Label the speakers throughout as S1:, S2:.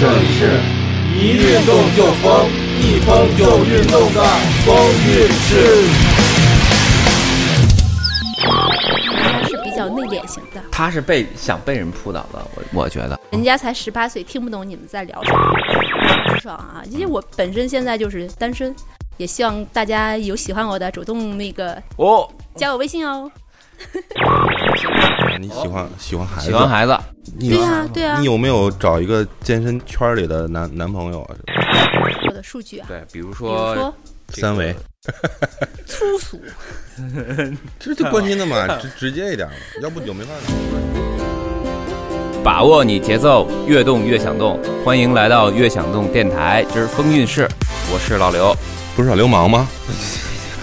S1: 这里是
S2: 一运动就疯，一疯就运动的疯运势。
S3: 他是比较内敛型的，
S1: 他是被想被人扑倒的，我我觉得
S3: 人家才十八岁，听不懂你们在聊什么，不爽啊！因为我本身现在就是单身，也希望大家有喜欢我的，主动那个
S1: 哦，
S3: 加我微信哦。
S4: 你喜欢喜欢孩子？
S1: 喜欢孩子，
S4: 你
S3: 对呀、对呀、啊
S4: 你有没有找一个健身圈里的男男朋友啊？
S3: 我的数据啊，
S1: 对，比如
S3: 比如
S1: 说
S3: 说
S4: 三维，
S3: 粗俗，
S4: 这就关心的 嘛，直直接一点嘛，要不就没办法。
S1: 把握你节奏，越动越想动，欢迎来到越想动电台之风韵事，我是老刘，
S4: 不是小流氓吗？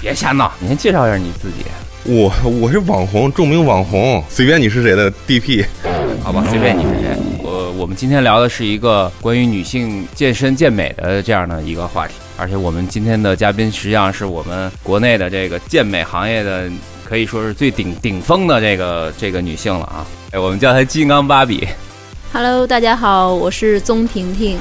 S1: 别瞎闹，你先介绍一下你自己，
S4: 我我是网红，著名网红，随便你是谁的 DP。
S1: 好吧，随便你是谁。
S4: 嗯
S1: 我我们今天聊的是一个关于女性健身健美的这样的一个话题，而且我们今天的嘉宾实际上是我们国内的这个健美行业的可以说是最顶顶峰的这个这个女性了啊！哎，我们叫她金刚芭比。
S3: Hello，大家好，我是宗婷婷。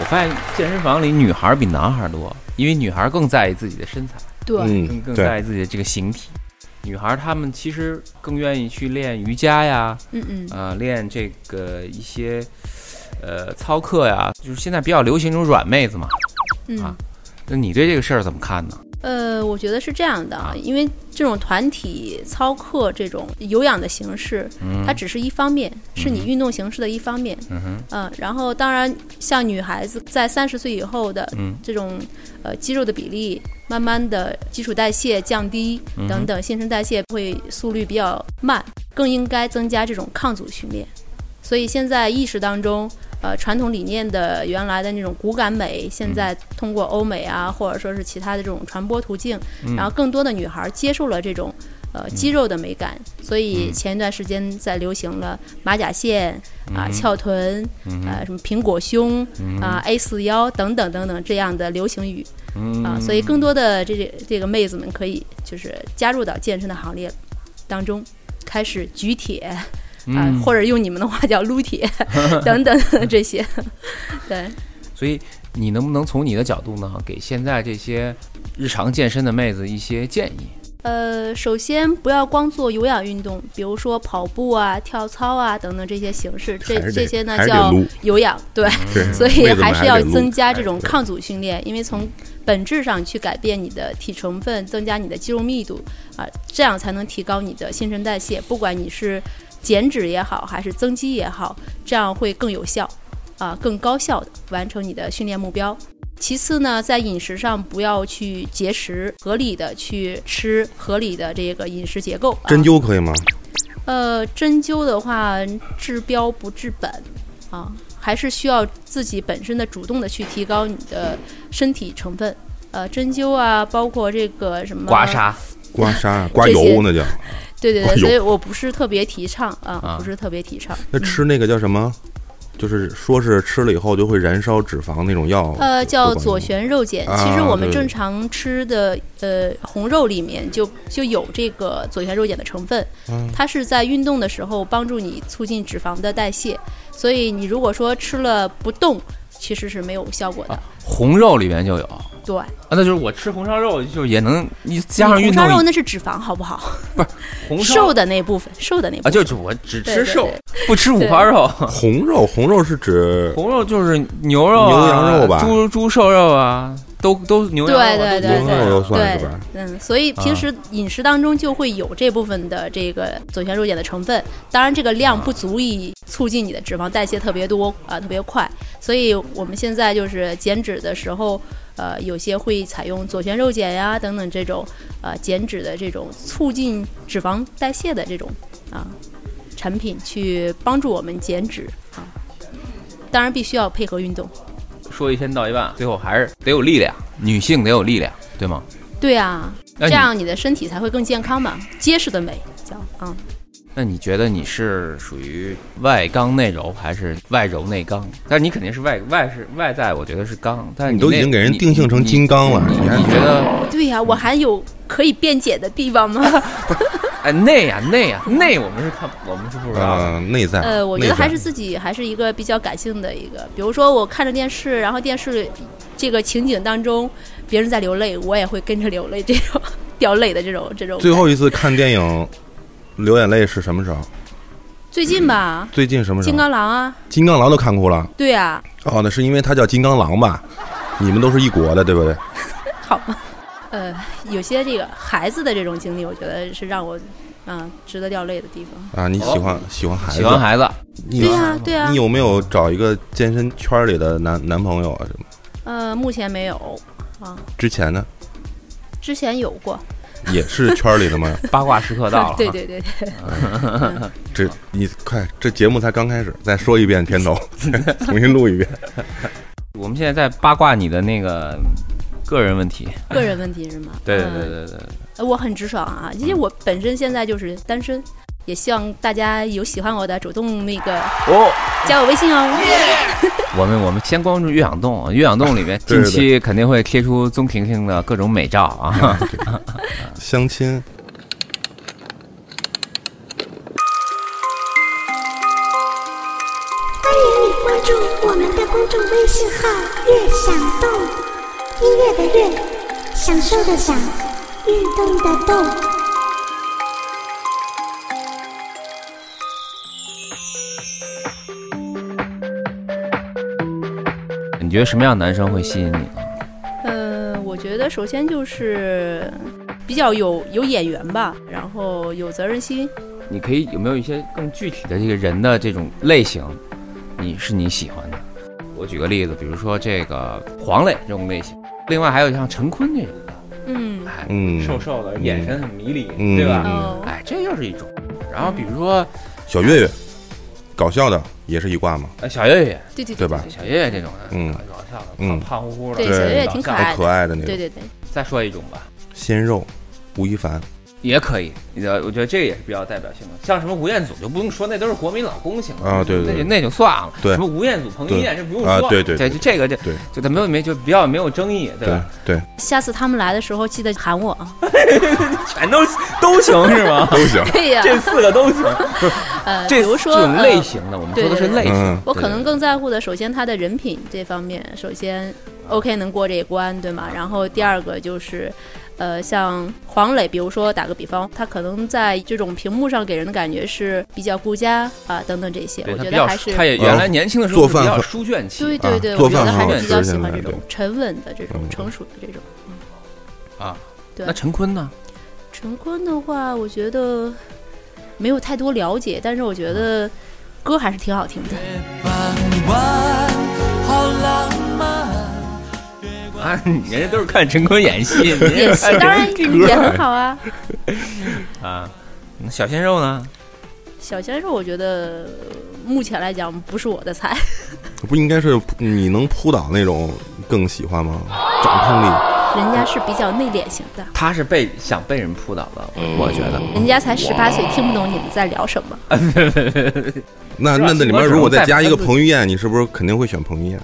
S1: 我发现健身房里女孩比男孩多，因为女孩更在意自己的身材，
S3: 对，
S1: 更
S4: 嗯，
S1: 更在
S4: 对，
S1: 意自己的这个形体。女孩她们其实更愿意去练瑜伽呀，
S3: 嗯嗯，
S1: 啊，练这个一些呃操课呀，就是现在比较流行这种软妹子嘛。
S3: 嗯，
S1: 啊那你对这个事儿怎么看呢？
S3: 呃，我觉得是这样的，啊，因为这种团体操课这种有氧的形式，它只是一方面，是你运动形式的一方面。
S1: 嗯哼，
S3: 嗯，然后当然，像女孩子在三十岁以后的
S1: 嗯
S3: 这种、呃肌肉的比例，慢慢的基础代谢降低
S1: 嗯哼
S3: 等等，新陈代谢会速率比较慢，更应该增加这种抗阻训练。所以现在意识当中，呃，传统理念的原来的那种骨感美，
S1: 嗯
S3: 现在通过欧美啊，或者说是其他的这种传播途径，
S1: 嗯
S3: 然后更多的女孩接受了这种。呃，肌肉的美感，所
S1: 嗯
S3: 以前一段时间在流行了马甲线
S1: 嗯
S3: 啊、翘臀啊、什么苹果胸
S4: 嗯
S3: 啊、A 四腰等等等等这样的流行语
S1: 嗯
S3: 啊，所以
S4: 嗯
S3: 更多的这这这个妹子们可以就是加入到健身的行列当中，开始举铁
S1: 嗯
S3: 啊，
S4: 嗯
S3: 或者用你们的话叫 撸铁等等这些， 对，
S1: 所以你能不能从你的角度呢，给现在这些日常健身的妹子一些建议？
S3: 呃，首先不要光做有氧运动，比如说跑步啊、跳操啊等等这些形式，这
S4: 还是得
S3: 这些呢
S4: 还是得
S3: 叫
S4: 撸嗯
S3: 有氧，对，
S4: 对，
S3: 所以
S4: 妹子们
S3: 还
S4: 还
S3: 是要
S4: 得撸哎
S3: 增加这种抗阻训练，因为从本质上去改变你的体成分，增加你的肌肉密度啊、这样才能提高你的新陈代谢。不管你是减脂也好，还是增肌也好，这样会更有效啊、更高效的完成你的训练目标。其次呢，在饮食上不要去节食，合理的去吃合理的这个饮食结构、啊。
S4: 针灸可以吗？
S3: 呃，针灸的话，治标不治本啊，还是需要自己本身的主动的去提高你的身体成分。呃，针灸啊，包括这个什么
S1: 刮，痧，
S4: 刮 哎痧、刮
S3: 这些
S4: 油那叫，
S3: 对对
S4: 刮
S3: 对，
S4: 油
S3: 所以我不是特别提倡啊，
S1: 啊
S3: 不是特别提倡。
S4: 那吃那个叫什么？就是说是吃了以后就会燃烧脂肪那种药，
S3: 呃，叫
S4: 会管
S3: 左
S4: 用
S3: 旋肉碱。
S4: 啊
S3: 其实我们
S4: 对
S3: 正常吃的呃红肉里面就就有这个左旋肉碱的成分，
S4: 嗯
S3: 它是在运动的时候帮助你促进脂肪的代谢，所以你如果说吃了不动，其实是没有效果的。
S1: 红肉里面就有啊，
S3: 对，
S1: 那就是我吃红烧肉就是也能，你加上
S3: 你
S1: 运
S3: 红
S1: 动
S3: 烧肉那是脂肪，好不好？
S1: 红
S3: 瘦的那部分，瘦的那部
S1: 啊，
S3: 分。
S1: 就是我只
S3: 对
S1: 吃
S3: 对
S1: 瘦
S3: 对，
S1: 不吃五花肉。
S4: 红肉，红肉是指
S1: 红肉就是牛肉、啊、
S4: 牛羊肉吧
S1: 猪猪瘦肉啊，都都牛羊肉啊、
S3: 对对
S1: 都
S3: 对
S1: 牛
S3: 对
S1: 羊
S4: 都
S1: 肉啊
S4: 算是吧？
S3: 嗯，所以平时饮食当中就会有这部分的这个左旋肉碱的成分，当然这个量不足以促进你的脂肪代谢特别多啊、特别快。所以我们现在就是减脂的时候，呃，有些会采用左旋肉碱呀等等这种呃减脂的这种促进脂肪代谢的这种啊、产品去帮助我们减脂啊。当然必须要配合运动。
S1: 说一千道一万，最后还是得有力量，女性得有力量，对吗？
S3: 对啊，
S1: 那
S3: 这
S1: 你
S3: 样你的身体才会更健康嘛，结实的美叫嗯。
S1: 那你觉得你是属于外刚内柔还是外柔内刚？但是你肯定是外外是外在，我觉得是刚，但是
S4: 你都
S1: 内
S4: 已经给人
S1: 你
S4: 定性成金刚了
S1: 你你
S4: 你还嗯
S1: 你觉得？
S3: 对呀、我还有可以辩解的地方吗？
S1: 哎，内呀内呀内，我们是看我们是不知道的。
S4: 啊，内在，
S3: 呃，我觉
S4: 内
S3: 得
S4: 在
S3: 还是自己还是一个比较感性的一个，比如说我看着电视，然后电视这个情景当中别人在流泪，我也会跟着流泪，这种 掉泪的这种这种感觉。
S4: 最后一次看电影流眼泪是什么时候？
S3: 最近吧，
S4: 最近什么时候？
S3: 金刚狼啊，
S4: 金刚狼都看哭了。
S3: 对啊，
S4: 哦，那是因为它叫金刚狼吧？你们都是一国的，对不对？
S3: 好吗？ 呃，有些这个孩子的这种经历，我觉得是让我嗯、值得掉泪的地方。
S4: 啊，你喜欢、喜欢孩子？
S1: 喜欢孩子，
S4: 你
S3: 对呀、对呀、啊
S4: 你有没有找一个健身圈里的男男朋友啊？什么？
S3: 呃，目前没有，
S4: 之前呢，
S3: 之前有过。。
S4: 也是圈里的吗？
S1: 八卦时刻到了
S3: 对，对对对，
S4: 这
S1: 啊
S4: 你快，这节目才刚开始，再说一遍片 头，重新录一遍。
S1: 我们现在在八卦你的那个个人问题。
S3: 个人问题是吗？
S1: 对对
S3: 嗯
S1: 对对对对，
S3: 呃我很直爽啊，因为我本身现在就是单身，也希望大家有喜欢我的主动那个
S1: 哦，
S3: 加我微信哦。
S1: 我们我们先关注岳阳洞，岳阳洞里面
S4: 对对
S1: 近
S4: 对
S1: 期肯定会贴出宗婷婷的各种美照啊。
S4: 相亲，
S5: 欢迎你关注我们的公众微信号“乐享动”，音乐的乐，享受的享，运动的动。
S1: 你觉得什么样的男生会吸引你？
S3: 呃，我觉得首先就是比较有有眼缘吧，然后有责任心。
S1: 你可以有没有一些更具体的这个人的这种类型，你是你喜欢的？我举个例子，比如说这个黄磊这种类型，另外还有像陈坤这种的，
S3: 嗯，
S1: 哎，
S4: 嗯
S1: 瘦瘦的，
S4: 嗯
S1: 眼神很迷离，
S4: 嗯
S1: 对吧？
S3: 哦，
S1: 哎，这又是一种。然后比如说
S4: 小岳岳，搞笑的也是一挂嘛，
S1: 呃小岳岳，
S3: 对对
S4: 对吧
S1: 小岳岳这种的，
S4: 嗯
S1: 搞笑的，
S4: 嗯
S1: 胖胖乎乎的，
S3: 对，
S4: 对
S3: 小月也挺可
S1: 搞笑哎
S3: 爱
S4: 可
S3: 的。
S4: 爱的那种，
S3: 对对对，
S1: 再说一种吧，
S4: 鲜肉，吴亦凡，
S1: 也可以，你知道，我觉得这也是比较代表性的。像什么吴彦祖就不用说，那都是国民老公型的
S4: 啊对对
S1: 那
S4: 对
S1: 就那就算了。
S4: 对
S1: 什么吴彦祖、彭于晏这不用说
S4: 啊对对
S1: 这
S4: 对
S1: 这这个这
S4: 对
S1: 就他没有没就比较没有争议，对啊
S4: 对
S1: 吧？
S4: 对，
S3: 下次他们来的时候记得喊我啊。
S1: 全都都行是吗？
S4: 都行。
S3: 对呀、
S1: 这四个都行，
S3: 呃，比
S1: 这
S3: 如说
S1: 这种
S3: 呃
S1: 类型的，我们说的是类型
S4: 嗯。
S3: 我可能更在乎的，首先他的人品这方面，首先 OK 能过这一关，对吗？然后第二个就是，呃，像黄磊，比如说打个比方，他可能在这种屏幕上给人的感觉是比较顾家啊、等等这些，
S1: 对
S3: 我
S1: 他
S3: 觉
S1: 比
S3: 得
S1: 较
S3: 还是
S1: 他也原来年轻的时
S4: 啊
S1: 候
S4: 做
S1: 是比
S4: 饭
S1: 较
S4: 和
S1: 书卷气
S3: 对
S1: 的
S3: 对对，
S4: 啊
S3: 我
S4: 做
S3: 觉
S4: 饭
S3: 得还
S4: 很好
S3: 是比较
S4: 吃
S3: 喜
S4: 现
S3: 欢
S4: 在
S3: 这种
S4: 对
S3: 沉稳的这种
S4: 嗯
S3: 成熟的这种。
S1: 啊。
S3: 对
S1: 那陈坤呢？
S3: 陈坤的话，我觉得没有太多了解，但是我
S1: 嗯
S3: 觉得歌还是挺好听 的。
S1: 啊，人家都是看陈坤演戏，
S3: 也是，当然也 很好啊。
S1: 啊。那小鲜肉呢？
S3: 小鲜肉，我觉得目前来讲不是我的菜。
S4: 不应该是你能扑倒那种更喜欢吗？掌控力，
S3: 人家是比较内敛型的，
S1: 他是被想被人扑倒的，我觉得。
S3: 人家才十八岁，听不懂你们在聊什么。
S4: 那
S1: 是啊吧
S4: 那那里
S1: 我
S4: 面
S1: 只能
S4: 如果再
S1: 在
S4: 加一个
S1: 分
S4: 彭于晏，你是不是肯定会选彭于晏？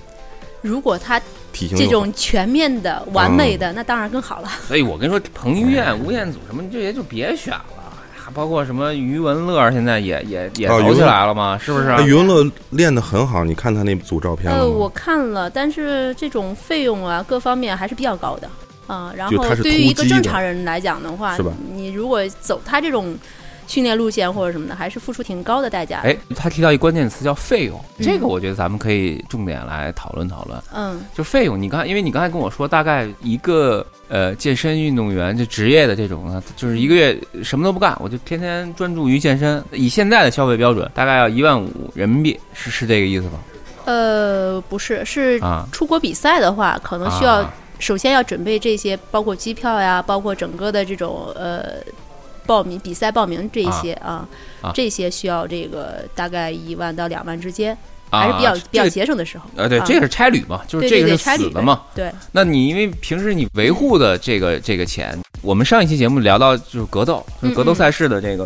S3: 如果他
S4: 体型
S3: 这
S4: 又
S3: 种全面的、完美
S4: 嗯
S3: 的，那当然更好了。
S1: 所以我跟你说，彭于晏、吴彦祖什么这些就别选了，还包括什么余文乐，现在也也也
S4: 哦
S1: 走起来了嘛，是不是啊
S4: 哎，？余文乐练得很好，你看他那组照片了吗？
S3: 呃，我看了，但是这种费用啊，各方面还是比较高的。啊、然
S4: 就
S3: 后
S4: 他是
S3: 对于一个
S4: 突击的
S3: 正常人来讲的话
S4: 是吧，
S3: 你如果走他这种训练路线或者什么的，还是付出挺高的代价的。
S1: 哎，他提到一关键词叫费用，
S4: 嗯
S1: 这个我觉得咱们可以重点来讨论讨论。
S3: 嗯，
S1: 就费用，你刚因为你刚才跟我说，大概一个呃健身运动员就职业的这种呢，就是一个月什么都不干，我就天天专注于健身。以现在的消费标准，大概要一万五人民币，是是这个意思吧？
S3: 呃，不是，是
S1: 啊
S3: 出国比赛的话，可能需要
S1: 啊
S3: 首先要准备这些，包括机票呀，包括整个的这种呃报名比赛报名这一些啊，
S1: 啊
S3: 这些需要这个大概一万到两万之间，
S1: 啊
S3: 还是比较比
S1: 这
S3: 较
S1: 个
S3: 节省的时候。
S1: 呃，对，
S3: 啊
S1: 这个是差旅嘛，就是
S3: 对
S1: 这
S3: 对
S1: 个
S3: 对，
S1: 是
S3: 差旅
S1: 死的嘛。
S3: 对，
S1: 那你因为平时你维护的这个这个钱，我们上一期节目聊到就是格斗，就是格斗赛事的这个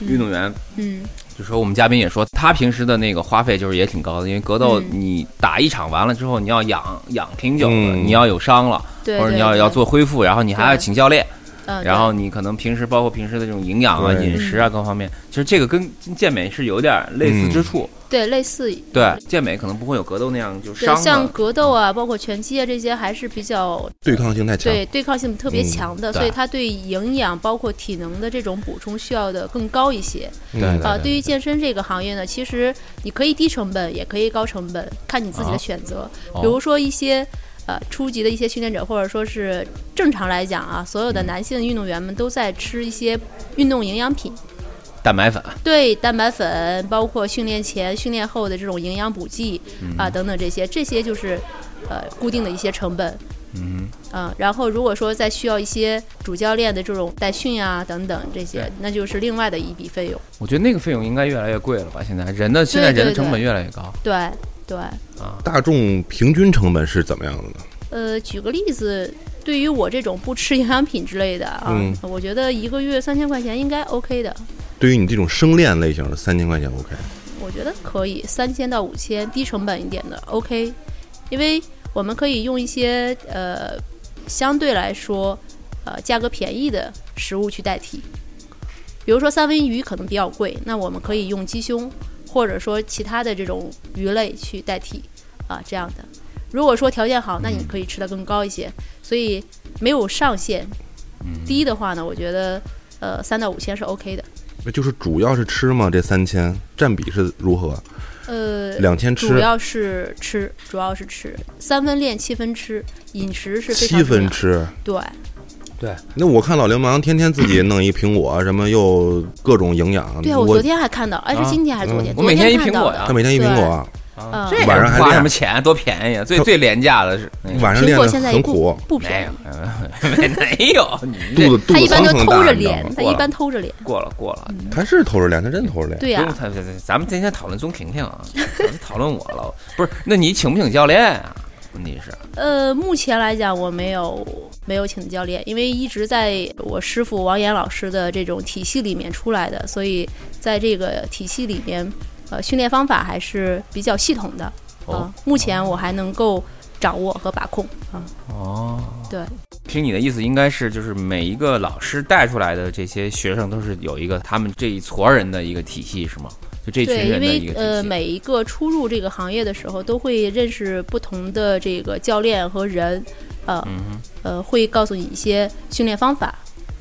S3: 嗯
S1: 运动员，
S3: 嗯，
S1: 就说我们嘉宾也说他平时的那个花费就是也挺高的，因为格斗
S3: 嗯
S1: 你打一场完了之后，你要养养挺久的，
S4: 嗯
S1: 你要有伤了，
S3: 对，
S1: 或者你
S3: 对
S1: 要
S3: 对
S1: 要做恢复，然后你还要
S3: 对
S1: 请教练，
S3: 嗯，
S1: 然后你可能平时包括平时的这种营养啊、
S4: 对
S1: 饮食啊各方面，其实这个跟健美是有点类似之处。
S3: 对对类似
S1: 对，健美可能不会有格斗那样就
S3: 对
S1: 伤嗯
S3: 像
S1: 了。
S3: 格斗啊，包括拳击啊这些还是比较
S4: 对抗性太强，
S3: 对对抗性特别
S4: 嗯
S3: 强的，
S1: 对
S3: 所以它对营养包括体能的这种补充需要的更高一些。
S4: 嗯
S1: 对
S3: 啊，对于健身这个行业呢，其实你可以低成本，也可以高成本，看你自己
S1: 啊
S3: 的选择。
S1: 哦
S3: 比如说一些呃初级的一些训练者，或者说是正常来讲啊，所有
S1: 嗯
S3: 的男性运动员们都在吃一些运动营养品，
S1: 蛋白粉，
S3: 对蛋白粉，包括训练前、训练后的这种营养补剂
S1: 嗯
S3: 啊等等这些，这些就是呃固定的一些成本。
S1: 嗯
S3: 嗯，然后如果说再需要一些主教练的这种代训啊等等这些
S1: 对，
S3: 那就是另外的一笔费用。
S1: 哼，我觉得那个费用应该越来越贵了吧？现在人的现在人的
S3: 对
S1: 成本越来越高
S3: 对对，
S1: 啊。
S4: 大众平均成本是怎么样的呢？
S3: 呃，举个例子，对于我这种不吃营养品之类的啊，
S4: 嗯
S3: 我觉得一个月三千块钱应该 OK 的，
S4: 对于你这种生练类型的，三千块钱 OK，
S3: 我觉得可以，三千到五千，低成本一点的 OK，因为我们可以用一些呃相对来说呃价格便宜的食物去代替，比如说三文鱼可能比较贵，那我们可以用鸡胸或者说其他的这种鱼类去代替啊、这样的。如果说条件好，那你可以吃得更高一些，所以没有上限。低的话呢，我觉得呃三到五千是 OK 的。
S4: 那就是主要是吃嘛，这三千占比是如何？
S3: 呃，
S4: 两千吃
S3: 主，要是吃，主要是吃，三分练，七分吃，饮食是非
S4: 七
S3: 常重
S4: 分
S3: 要。
S4: 吃。嗯
S3: 对，
S4: 那我看老流氓天天自己弄一苹果，什么又各种营养。
S3: 对啊，
S4: 我
S3: 我昨天还看到，哎，是
S1: 啊
S3: 今天还是昨天？
S1: 嗯
S3: 昨
S1: 我每天一
S3: 看到
S1: 苹果
S3: 的
S1: 呀
S4: 他每天一苹果啊，
S3: 嗯
S1: 啊这
S4: 晚上还
S1: 花
S4: 练
S1: 什么钱？多便宜啊！最
S4: 他
S1: 最廉价的是那个
S4: 晚上
S3: 啊苹
S4: 练
S3: 果
S4: 得
S3: 现在
S4: 很
S3: 也
S4: 苦
S3: 不，不
S1: 没
S3: 便宜，
S1: 有，没 没有，你这
S4: 肚子肚
S3: 他
S4: 子
S3: 一般
S4: 层
S3: 都
S4: 层
S3: 偷
S4: 大，
S3: 着
S4: 你知道
S3: 练，
S4: 吗？
S3: 他一般偷着练。
S1: 过了过了，
S4: 他是偷着练，他真偷着练。
S3: 嗯对呀、啊
S1: 不用太太太，咱们今天讨论钟婷婷啊， 咱们讨论我了，不是？那你请不请教练啊？问题是，
S3: 呃，目前来讲我没有没有请教练，因为一直在我师傅王岩老师的这种体系里面出来的，所以在这个体系里面，呃，训练方法还是比较系统的。啊、
S1: 哦
S3: 目前我还能够掌握和把控啊、
S1: 哦，
S3: 对。
S1: 听你的意思，应该是就是每一个老师带出来的这些学生都是有一个他们这一撮人的一个体系，是吗？就这群
S3: 对，因
S1: 人的一
S3: 为
S1: 个
S3: 呃，
S1: 体系。
S3: 每一个初入这个行业的时候，都会认识不同的这个教练和人，呃、呃，会告诉你一些训练方法，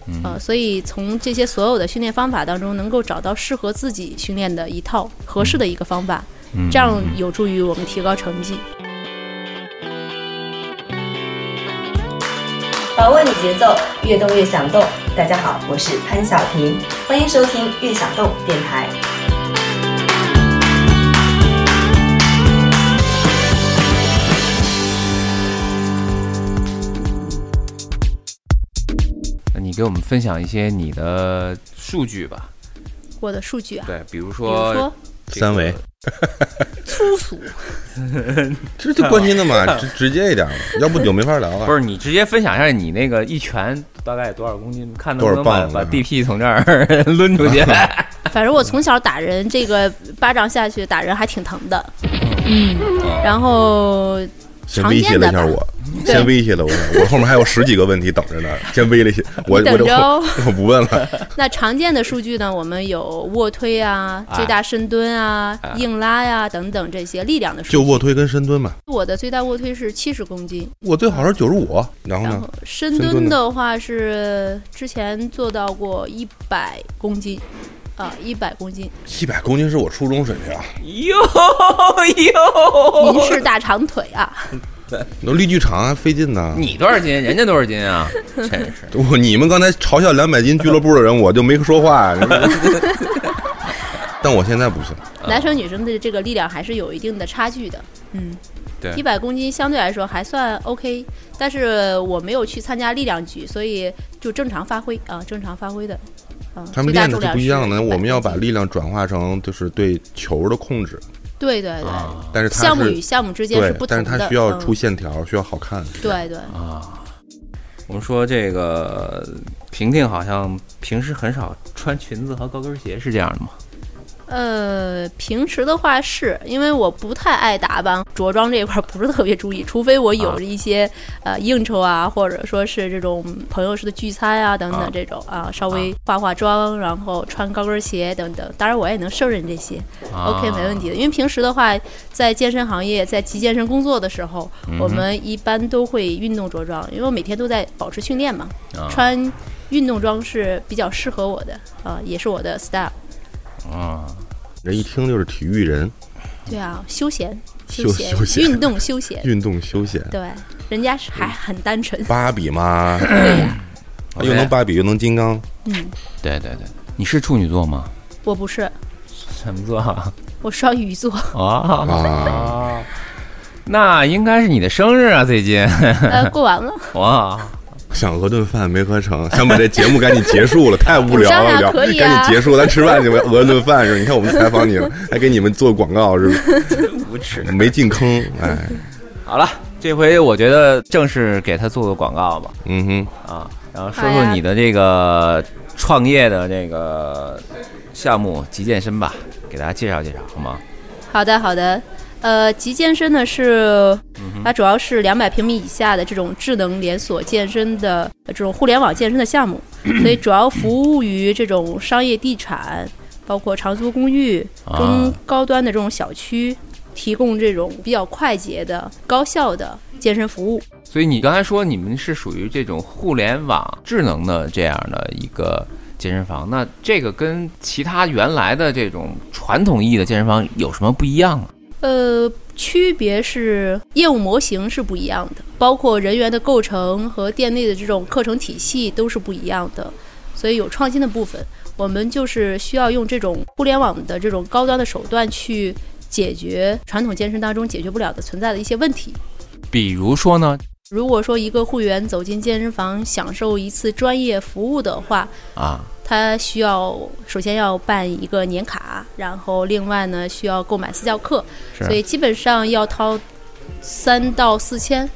S1: 嗯
S3: 呃，所以从这些所有的训练方法当中，能够找到适合自己训练的一套合适的一个方法，
S1: 嗯
S3: 这样有助于我们提高成绩。
S6: 把握你节奏，越动越想动。大家好，我是潘晓婷，欢迎收听《越想动》电台。
S1: 那你给我们分享一些你的数据吧，
S3: 我的数据啊，
S1: 对，比如
S3: 比如
S1: 说
S3: 说
S1: 这个
S4: 三维，
S3: 粗俗，
S4: 这这关心的嘛，直直接一点嘛，要不就没法聊了。
S1: 不是你直接分享一下你那个一拳大概多少公斤，看能不能
S4: 多少
S1: 把
S4: 磅
S1: 把
S4: 子
S1: BP 从这儿 抡出去。
S3: 反正我从小打人，这个巴掌下去打人还挺疼的，嗯，
S1: 哦
S3: 然后
S4: 先威胁了一下我，
S3: 对
S4: 先威胁了我，我后面还有十几个问题等着呢，先威了一下我，我
S3: 你等
S4: 这
S3: 着
S4: 我
S3: 哦
S4: 我 不问了。
S3: 那常见的数据呢，我们有卧推啊、
S1: 哎
S3: 最大深蹲啊、
S1: 哎
S3: 硬拉呀、等等这些力量的数
S4: 就
S3: 据。
S4: 卧推跟深蹲嘛，
S3: 我的最大卧推是七十公斤，
S4: 我最好是九十五，然后
S1: 嗯
S3: 然
S4: 呢
S3: 后，深
S4: 深蹲
S3: 蹲
S4: 呢
S3: 的话是之前做到过一百公斤，啊、1一百公斤。
S4: 七百公斤是我初中水平啊，
S1: 哟哟，
S3: 您是大长腿啊，
S4: 那绿剧场还啊费劲呢。
S1: 你多少斤？人家多少斤 啊？真是。
S4: 我 你们刚才嘲笑两百斤俱乐部的人，我就没说话。 你们但我现在不行，
S3: 男生女生的这个力量还是有一定的差距的。嗯，
S1: 对
S3: 一百公斤相对来说还算 OK，但是我没有去参加力量局，所以就正常发挥啊、正常发挥的。啊
S4: 他们
S3: 最大
S4: 练的
S3: 重
S4: 是
S3: 量
S4: 不一样的。
S3: 100
S4: 我们要
S3: 公斤
S4: 把力量转化成就是对球的控制，
S3: 对对对，
S4: 但是它
S3: 项目与
S4: 是
S3: 项目之间
S4: 啊对
S3: 不，同
S4: 但
S3: 的。
S4: 是它需要出
S3: 嗯、
S4: 线条，需要好看。
S3: 对对，
S1: 我们说这个婷婷好像平时很少穿裙子和高跟鞋，是这样的吗？
S3: 呃，平时的话是因为我不太爱打扮，着装这一块儿不是特别注意，除非我有
S1: 啊
S3: 一些、呃应酬啊，或者说是这种朋友式的聚餐啊等
S1: 啊
S3: 等这种啊，稍微化化妆，然后穿高跟鞋等等。当然我也能胜任这些、o
S1: 啊
S3: k 没问
S1: 题。
S3: 题的。因为平时的话，在健身行业，在极健身工作的时候，
S1: 嗯哼
S3: 我们一般都会运动着装，因为我每天都在保持训练嘛。
S1: 啊
S3: 穿运动装是比较适合我的，啊、也是我的 style。
S1: 啊，
S4: 人一听就是体育人，
S3: 对啊，休闲，
S4: 休
S3: 闲，
S4: 休闲
S3: 运动休闲，
S4: 运动休闲，
S3: 对，人家是还很单纯，
S4: 芭比嘛，又能芭比又能金刚，
S3: 嗯，
S1: 对对对，你是处女座 吗？
S3: 我不是，
S1: 什么座 啊？
S3: 我双鱼 座，
S1: 啊
S4: 啊，
S1: 啊，那应该是你的生日啊，最近
S3: 呃，过完了，
S1: 哇，
S4: 想讹顿饭没讹成，想把这节目赶紧结束 了，太无聊
S3: 我
S4: 了，
S3: 商量
S4: 聊
S3: 可
S4: 赶
S3: 以啊
S4: 紧结束，咱吃饭去吧，讹顿饭是吧？你看我们采访你了，还给你们做广告是吧？
S1: 无耻。
S4: 没进坑，哎，
S1: 好了，这回我觉得正式给他做个广告吧，
S4: 嗯哼，
S1: 啊，然后说
S3: 好
S1: 说
S3: 呀
S1: 你的这个创业的这个项目极健身吧，给大家介绍介绍好吗？
S3: 好的，好的。呃，极健身呢是，
S4: 嗯
S3: 它主要是两百平米以下的这种智能连锁健身的呃这种互联网健身的项目，所以 主要服务于这种商业地产，包括长租公寓、
S1: 啊
S3: 中高端的这种小区，提供这种比较快捷的、高效的健身服务。
S1: 所以你刚才说你们是属于这种互联网智能的这样的一个健身房，那这个跟其他原来的这种传统意义的健身房有什么不一样啊？
S3: 呃，区别是呃业务模型是不一样的，包括人员的构成和店内的这种课程体系都是不一样的，所以有创新的部分。我们就是需要用这种互联网的这种高端的手段去解决传统健身当中解决不了的存在的一些问题。
S1: 比如说呢，
S3: 如果说一个会员走进健身房享受一次专业服务的话，
S1: 啊，
S3: 他需要首先要办一个年卡，然后另外呢需要购买私教课，
S1: 是
S3: 所以基本上要掏三到四千，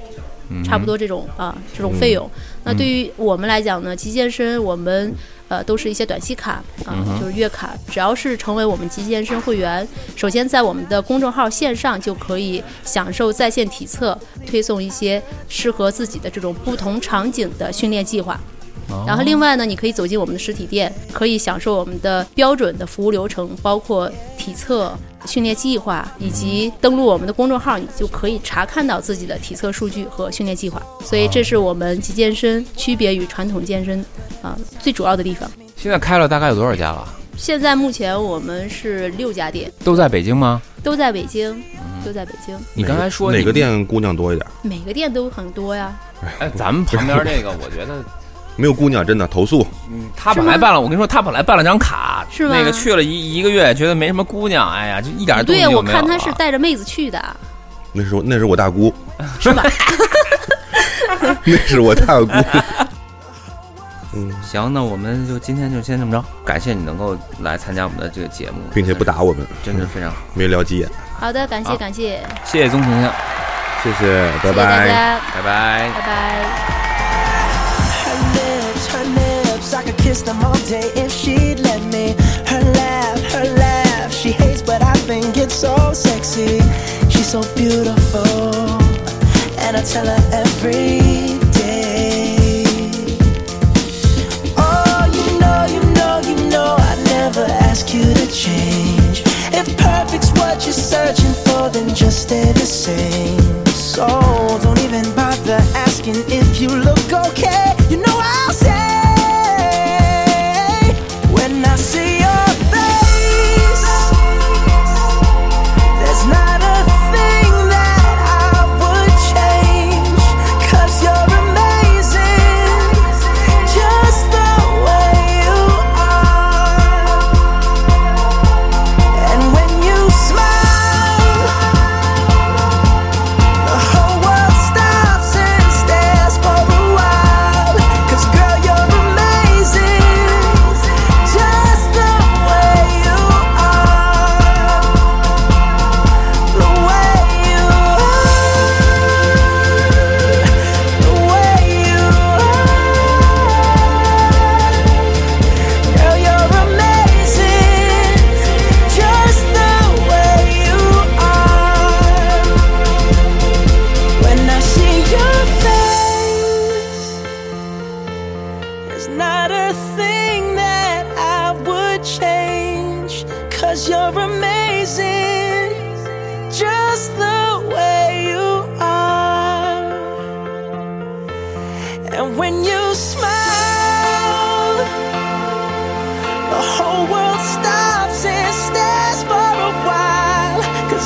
S1: 嗯
S3: 差不多这种啊这种费用。那对于我们来讲呢，极健身我们呃都是一些短期卡啊，
S1: 嗯
S3: 就是月卡，只要是成为我们极健身会员，首先在我们的公众号线上就可以享受在线体测，推送一些适合自己的这种不同场景的训练计划。然
S1: 哦
S3: 后另外呢，你可以走进我们的实体店，可以享受我们的标准的服务流程，包括体测、训练计划，以
S1: 嗯
S3: 及登录我们的公众号，你就可以查看到自己的体测数据和训练计划。所以这是
S1: 哦
S3: 我们极健身区别于传统健身啊、最主要的地方。
S1: 现在开了大概有多少家了？
S3: 现在目前我们是六家店，
S1: 都在北京吗？
S3: 都在北京，
S1: 嗯
S3: 都在北京，
S1: 你刚才说
S4: 哪
S1: 你
S4: 个？店姑娘多一点？
S3: 每个店都很多呀。
S1: 哎，咱们旁边这个，我觉得嗯
S4: 没有姑娘真的投诉，
S1: 他本来办了，我跟你说，他本来办了张卡，
S3: 是吗
S1: 那个去了一一个月，觉得没什么姑娘，哎呀，就一点动
S3: 对
S1: 力
S3: 呀，
S1: 都
S3: 我
S1: 没有啊
S3: 看他是
S1: 了
S3: 带着妹子去的，
S4: 那是我那是我大姑，是吧？ 那是我大 姑，嗯
S1: 行，那我们就今天就先这么着，感谢你能够来参加我们的这个节目，
S4: 并且不打我们，
S1: 真的非常好，
S4: 没聊几眼，
S3: 好的，感
S1: 好
S3: 谢感谢，
S1: 谢谢宗丞相，
S4: 谢谢，
S3: 谢谢大家，
S1: 拜拜。
S3: 拜拜。
S7: Her lips, her lips, I could kiss them all day if she'd let me. Her laugh, her laugh, she hates, but I think it's so sexy. She's so beautiful, and I tell her every day. Oh, you know, you know, you know, I never ask you to change. If perfect's what you're searching for, then just stay the same. So don't even bother asking if you look okay. You know I'll say when I see your face, there's not a thing that I would change. 'Cause you're amazing, just the way you are. And when you smile, the whole world stops and stares for a while.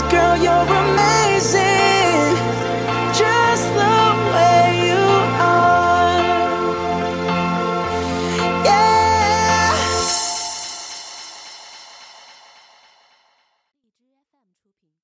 S7: girl, you're amazing.